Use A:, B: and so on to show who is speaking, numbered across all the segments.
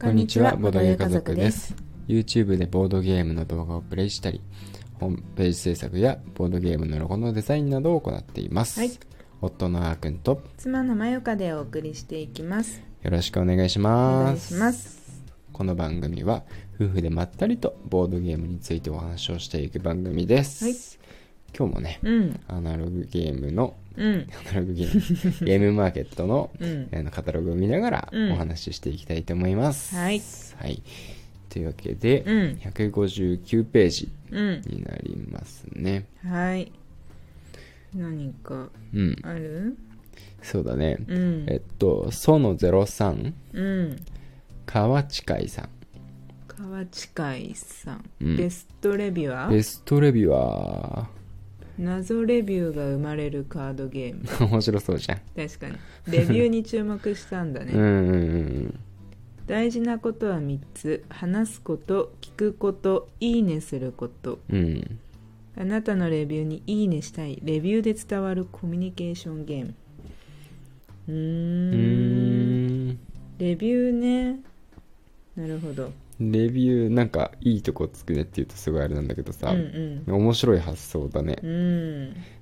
A: こんにちは、ボードゲー家族です。。
B: YouTube でボードゲームの動画をプレイしたり、ホームページ制作やボードゲームのロゴのデザインなどを行っています。
A: はい
B: 夫のあーくんと
A: 妻のまよかでお送りしていきます。
B: よろしくお願いし
A: お
B: ま
A: 願いし
B: す。
A: ます。
B: この番組は夫婦でまったりとボードゲームについてお話をしていく番組です。
A: はい
B: 今日もね、
A: うん、
B: アナログゲームの、
A: うん、
B: アナログゲ ーム、ゲームマーケットの
A: うん。
B: あのカタログを見ながら
A: うん
B: お話ししていきたいと思います。
A: はい。
B: はい。というわけで、
A: うん
B: 159ページ
A: うん。
B: になりますね。
A: はい。何か
B: うん。
A: ある
B: そうだね。
A: うん
B: え。っと、その03、
A: うん。
B: 川近井さ
A: 川近井さん。
B: うん
A: ベストレビュア
B: ん。ベ
A: ー
B: ストレビューは、
A: 謎レビューが生まれるカードゲーム。
B: 面白そうじゃん。
A: 確かに。レビューに注目したんだね。
B: うんうんうん。
A: 大事なことは3つ。話すこと、聞くこと、いいねすること。
B: うん。
A: あなたのレビューにいいねしたいレビューで伝わるコミュニケーションゲームうー
B: う
A: ん
B: ーん。
A: レビューねなるほど
B: レビュー、なんか、いいとこつくねって言うとすごいあれなんだけどさ、
A: うん
B: 面白い発想だね
A: うん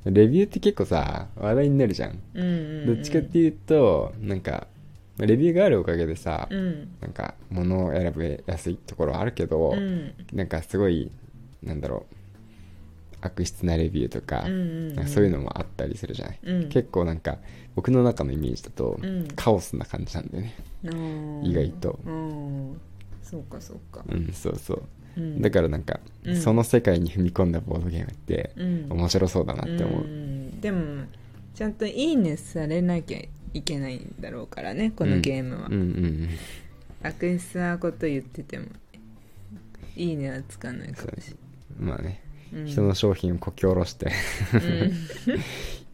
A: う。ん
B: レビューって結構さ、話題になるじゃん。
A: うんうん
B: どっちかっていうと、なんか、レビューがあるおかげでさ、
A: うん
B: なんか物を選べやすいところはあるけど、
A: うん
B: なんかすごいなんだろう悪質なレビューとか,、
A: うんうん
B: なんかそういうのもあったりするじゃない、
A: うん
B: 結構なんか僕の中のイメージだと、
A: うん
B: カオスな感じなんだよね
A: あー
B: 意外と
A: あーそうかそうか
B: うんそうそう、
A: うん
B: だからなんか、
A: うん
B: その世界に踏み込んだボードゲームって
A: うん
B: 面白そうだなって思う、
A: んでもちゃんといいねされなきゃいけないんだろうからねこのゲームは
B: うんうん
A: 悪質なこと言っててもいいねはつかないかもし
B: うんまあね、
A: れない
B: 人の商品をこき下ろして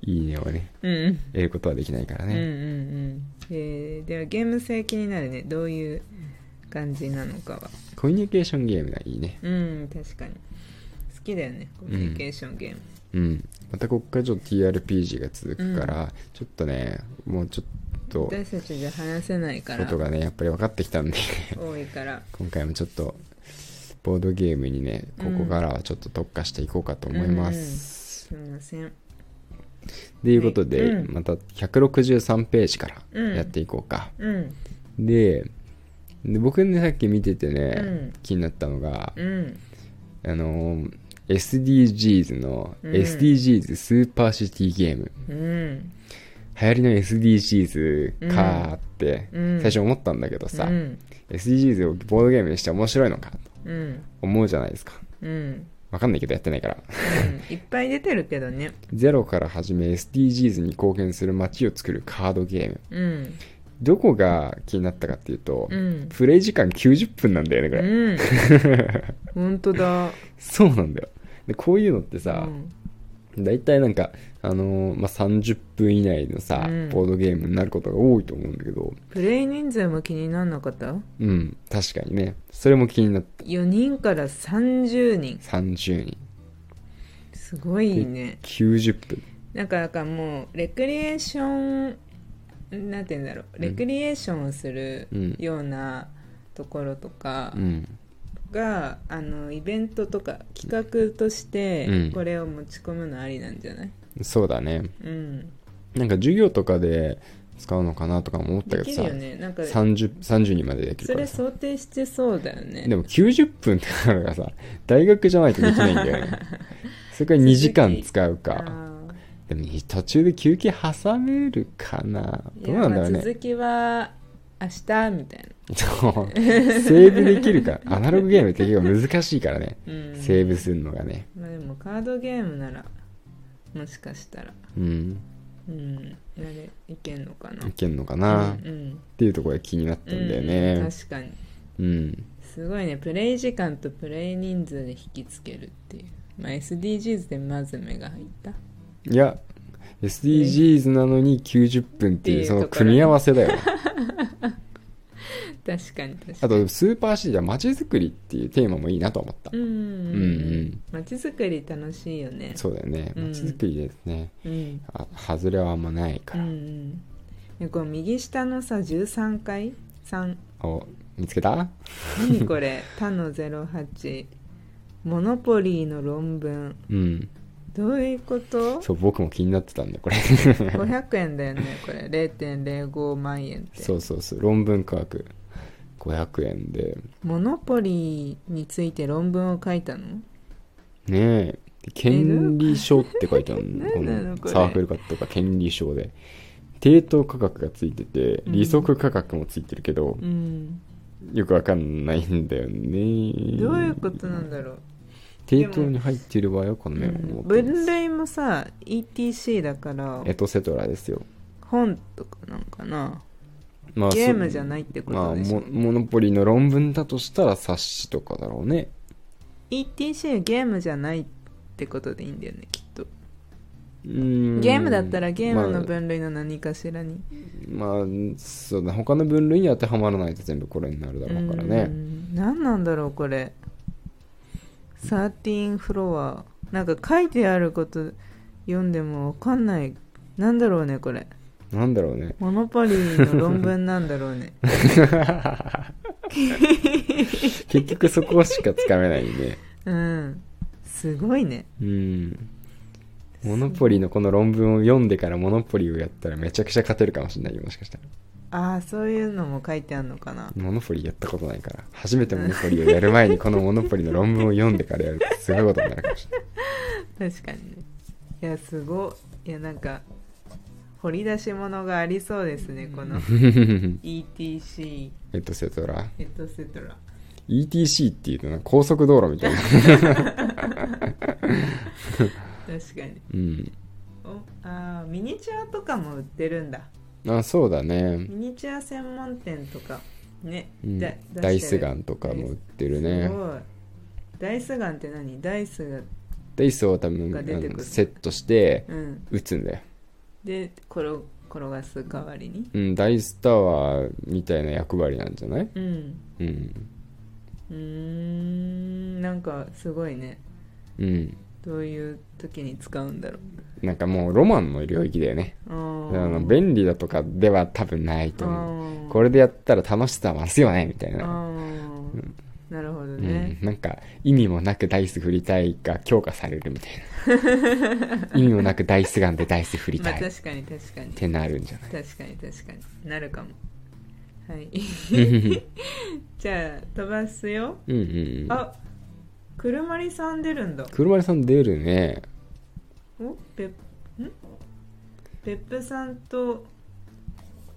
B: いいねをね
A: うんうん
B: 得ることはできないから
A: うんうんう
B: ね、
A: んえーではゲーム性気になるねどういう感じなのかは
B: コミュニケーションゲームがいいね
A: うん確かに好きだよねコミュニケーションゲーム
B: うん、またここからちょっと TRPG が続くから、ちょっとねもうちょっと
A: 私たちじゃ話せないか
B: こ
A: ら
B: とがねやっぱり分かってきたんで
A: 多いから
B: 今回もちょっとボードゲームにねここからはちょっと特化していこうかと思います、
A: すみません
B: ということで、
A: はいうん
B: また163ページからやっていこうか、
A: うん
B: でで僕ねさっき見ててね、
A: うん
B: 気になったのが、
A: うん
B: あのー SDGs の
A: うん
B: SDGs スーパーシティゲーム、
A: うん
B: 流行りの SDGs かーって
A: うん
B: 最初思ったんだけどさ、
A: うん
B: SDGs をボードゲームにして面白いのかと
A: うん
B: 思うじゃないですか
A: うんうん
B: わかんないけどやってないから
A: いっぱい出てるけどね
B: ゼロから始め SDGs に貢献する街を作るカードゲーム
A: うん
B: どこが気になったかっていうと、
A: うん
B: プレイ時間90分なんだよねこれ、
A: うん 本当だ
B: そうなんだよでこういうのってさ
A: う、ん
B: 大体なんか、あのーまあ、30分以内のさ、
A: うん
B: ボードゲームになることが多いと思うんだけど
A: プレイ人数も気になんなかった
B: うん確かにねそれも気になって
A: 4人から30人
B: 30人
A: すごいね
B: 90分
A: なんかなんかもうレクリエーションなんて言うんだろうレクリエーションをする
B: うん
A: ようなところとか
B: うん
A: が、あのイベントとか企画として
B: うん
A: これを持ち込むのありなんじゃない
B: そうだね
A: うん
B: なんか授業とかで使うのかなとかも思った
A: で
B: けど
A: き
B: さ、
A: るよねなんか
B: 30, 30人まででき
A: それ
B: るからさ
A: 想定してそうだよね
B: でも90分ってなるからさ大学じゃないとできないんだよ ねそれから2時間使う
A: あ
B: か
A: ー
B: でも途中で休憩挟めるかないどう
A: や
B: なんだろう
A: まあ
B: ね
A: 続きは明日みたいな、
B: そうセーブできるか アナログゲームって結構難しいからね
A: うん
B: セーブするのがね
A: まあ、でもカードゲームならもしかしたら
B: うん
A: うんやれいけんのかない
B: けんのかな、
A: う
B: っ
A: んうん
B: ていうところが気になったんだよ
A: うん
B: ね
A: 確かに
B: うん
A: すごいねプレイ時間とプレイ人数で引きつけるっていう、まあ、SDGs でまず目が入った
B: いや SDGs なのに90分って
A: っていう
B: い
A: う
B: その
A: ところ
B: 組み合わせだよ
A: 確かに確か
B: あ
A: に
B: と、スーパーシティは街づくりっていうテーマもいいなと思った。
A: うんうん
B: うんうん
A: 街づくり楽しいよね
B: そうだよね。
A: うん
B: 街づくりですね。
A: うん
B: あ、外れはあんまないか
A: うんう
B: ら。
A: んでこう右下のさ13階3
B: お、見つけた
A: 何これ「他の08」モノポリーの論文
B: うん。
A: どういうこと
B: そう、僕も気になってたんだ、これ。
A: 500円だよねこれ0.05万円って
B: そうそうそう。論文価格。500円で。
A: モノポリーについて論文を書いたの
B: ねえ。で権利書って書いてあるの。こ
A: 何 なの
B: の
A: これ
B: サークルカットが権利書で。定当価格がついてて、
A: うん
B: 利息価格もついてるけど、
A: うん
B: よくわかんないんだよね。
A: どういうことなんだろう、
B: 定当に入っている場合はこの
A: う
B: 面を
A: ん
B: 持ってま
A: 分
B: す。
A: 類もさ ETC だから
B: エトセトラですよ。
A: 本とかなんかな
B: まあ
A: ゲームじゃ
B: い
A: ないってこ
B: まあ
A: とでしょ、
B: モ、モノポリの論文だとしたら冊子とかだろうね。
A: ETC ゲームじゃないってことでいいんだよねきっと
B: うーん
A: ゲームだったらゲームの
B: まあ
A: 分類の何かしらに、
B: まあ、そうだ他の分類に当てはまらないと全部これになるだろうから
A: う
B: ね
A: ん何なんだろうこれ13フロアなんか書いてあること読んでも分かんないなんだろうねこれ
B: なんだろうね
A: モノポリーの論文なんだろう ね
B: 結局そこしかつかめないね
A: うんすごいね
B: うんモノポリのこの論文を読んでからモノポリをやったらめちゃくちゃ勝てるかもしれないよもしかしたら
A: ああそういうのも書いてあるのかな
B: モノポリやったことないから初めてモノポリをやる前にこのモノポリの論文を読んでからやるとすごいことになるかもしれない
A: 確かにねいやすごいいやなんか掘り出し物がありそうですねこの ETC
B: えっとセトラ
A: エトセトラ
B: ETC っていうのは高速道路みたいな
A: 確かに
B: うん
A: おあーミニチュアとかも売ってるんだ
B: あそうだね
A: ミニチュア専門店とかね、
B: うん
A: だ
B: ダイスガ
A: ン
B: ンとかも売ってる
A: す
B: ね
A: ごいダイスガンって何ダイスが
B: ダイスを多分
A: が
B: あ
A: 出てくる
B: のセットして
A: うん
B: 打つんだよ、
A: で転転がす代わりに
B: うん、ダイスタワーみたいな役割なんじゃない
A: うん
B: うん
A: うーんなんかすごいね
B: うん
A: どういう時に使うんだろう
B: なんかもうロマンの領域だよね
A: あ
B: あ
A: ー
B: の便利だとかでは多分ないと思う
A: あー
B: これでやったら楽しさは増すよねみたい
A: あ
B: な、
A: ーなるほど
B: う
A: ね
B: ん、、なんか意味もなくダイス振りたいが強化されるみたい な意味もなくダイスガンでダイス振り
A: まあ
B: たいっ
A: 確かに確かに
B: てなるんじゃない
A: 確かに確かになるかもはい じゃあ飛ばすよ
B: うんうんうん
A: あ車りさん出るんだ
B: 車屋さん出るね
A: おペッんペップさんと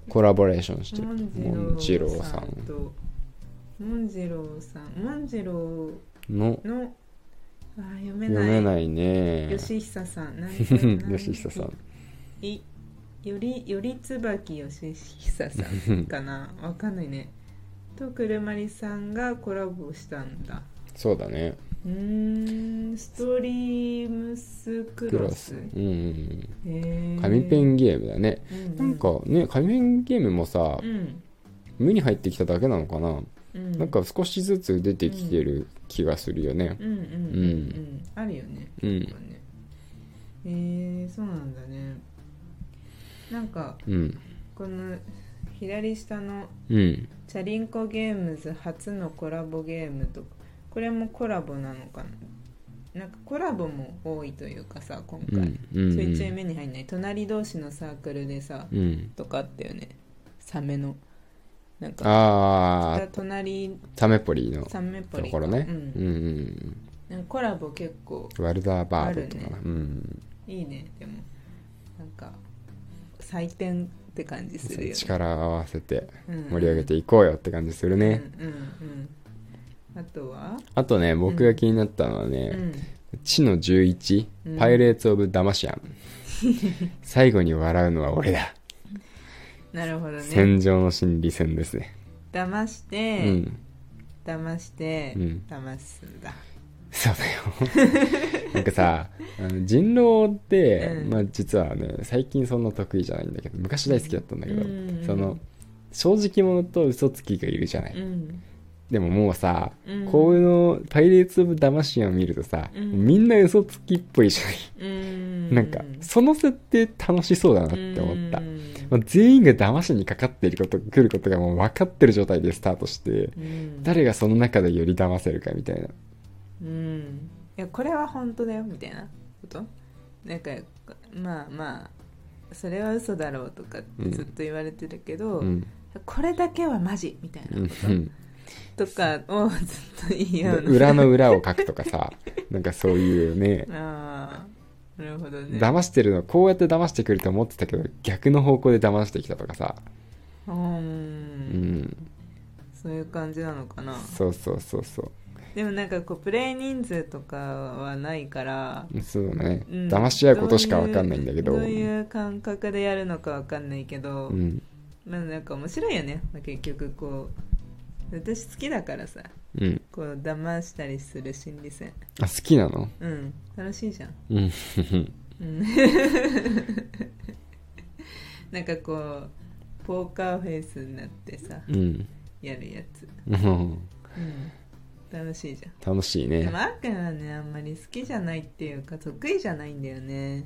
B: コラボレーションしてるモ
A: モ
B: ン
A: ン
B: ジ
A: ジ
B: ロ
A: ロ
B: ー
A: ー
B: さ
A: さ
B: ん
A: んとモンジローさんモンジロー
B: の
A: のあー読めな
B: 読
A: い
B: めないね
A: 吉久さ んなんてなんて
B: 吉久さん
A: いよりよりつばきよしひささんかなわかんないねとくるまりさんがコラボしたんだ
B: そうだね
A: うーんストリームスク
B: ク
A: ロ
B: ロ
A: ス
B: スうんうん
A: へ
B: う
A: ー
B: ん紙ペンゲームだね
A: うんう
B: なんかね紙ペンゲームもさ
A: うん
B: 目に入ってきただけなのかな
A: うん
B: なんか少しずつ出てきてる気がするよね
A: うんうんうんうん、
B: うん
A: あるよね
B: うん
A: なんかねえー、そうなんだねなんか
B: うん
A: この左下の
B: うん
A: チャリンコゲームズ初のコラボゲームとかこれもコラボなのかななんかコラボも多いというかさ今
B: う
A: 回、
B: んうん
A: ちょいちょい目に入んない隣同士のサークルでさ
B: うん
A: とかあったよねサメのなんか
B: ああ
A: 隣
B: タメポリの
A: サメポ
B: と
A: リ
B: ころね
A: う
B: うんうん
A: ん
B: うん
A: なんかコラボ結構
B: ワルダーバードとかな
A: あ
B: うん
A: いいねでもなんか祭典って感じするよね
B: 力を合わせて盛
A: 盛
B: り上げていこうよって感じするね、
A: うんうんうんあとは
B: あとね僕が気になったのはね、
A: うん
B: 地の11、
A: うん
B: パイレーツ・オブ・ダマ シアン最後に笑うのは俺だ、
A: なるほどね
B: 戦場の心理戦ですね、
A: 騙し
B: う
A: て、
B: ん
A: 騙して、
B: うん
A: 騙すんだ
B: そうだよなんかさあの人狼って、
A: うん
B: まあ、実はね最近そんな得意じゃないんだけど昔大好きだったんだけど、
A: うん
B: その正直者と嘘つきがいるじゃない、
A: うん
B: でももうさ、
A: うん
B: こういうの「パイレーツ・オブ・ダマシン」を見るとさ、
A: うん
B: みんな嘘つきっぽいじゃない、
A: うん
B: なんかその設定楽しそうだなって思った、
A: うん
B: まあ、全員が騙しにかかっていること来ることがもう分かってる状態でスタートして
A: うん
B: 誰がその中でより騙せるかみたいな
A: うんいやこれは本当だよみたいなことなんかまあまあそれは嘘だろうとかってずっと言われてるけど、
B: うん
A: これだけはマジみたいな
B: うん
A: とかをずっと言い合うの
B: 裏の裏を書くとかさ なんかそういうね
A: ああなるほどね
B: 騙してるのこうやって騙してくると思ってたけど逆の方向で騙してきたとかさ
A: う
B: うんん
A: そういう感じなのかな
B: そうそうそうそう
A: でもなんかこうプレイ人数とかはないから、
B: そうだね、
A: うん
B: 騙し合うことしか分かんないんだけど
A: どういう感覚でやるのか分かんないけど、
B: うん
A: まあなんか面白いよね、まあ結局こう私好きだからさ
B: うん
A: こう騙したりする心理戦
B: あ好きなの
A: うん楽しいじゃん
B: うん
A: うん なんかこうポーカーフェイスになってさ
B: うん
A: やるやつ、
B: う
A: う
B: ん
A: ん、楽しいじゃん
B: 楽しい
A: で
B: ね
A: もあーくんはねあんまり好きじゃないっていうか得意じゃないんだよね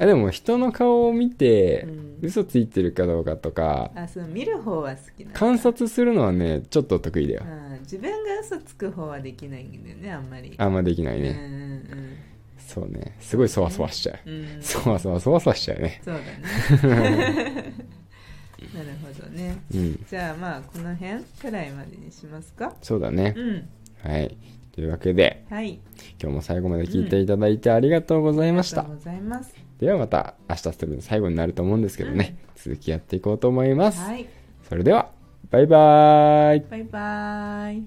B: あでも人の顔を見て、
A: うん
B: 嘘ついてるかどうかとか
A: あそう見る方は好きなの
B: 観察するのはねちょっと得意だよ、
A: あー自分が嘘つく方はできないんだよねあんまり
B: あんまできないね、
A: うん
B: そうねすごいそわそわしちゃう、
A: うんうん、 うん、
B: そわそわそわそわしちゃうね
A: そうだ ねなるほどね
B: うん
A: じゃあまあこの辺くらいまでにしますか
B: そうだね、
A: うん
B: はいというわけで
A: はい
B: 今日も最後まで聞いていただいてありがとうございました、
A: ありがとうございます
B: ではまた明日すの最後になると思うんですけどね、続きやっていこうと思います、
A: はい
B: それではバイバーイ
A: バイバイ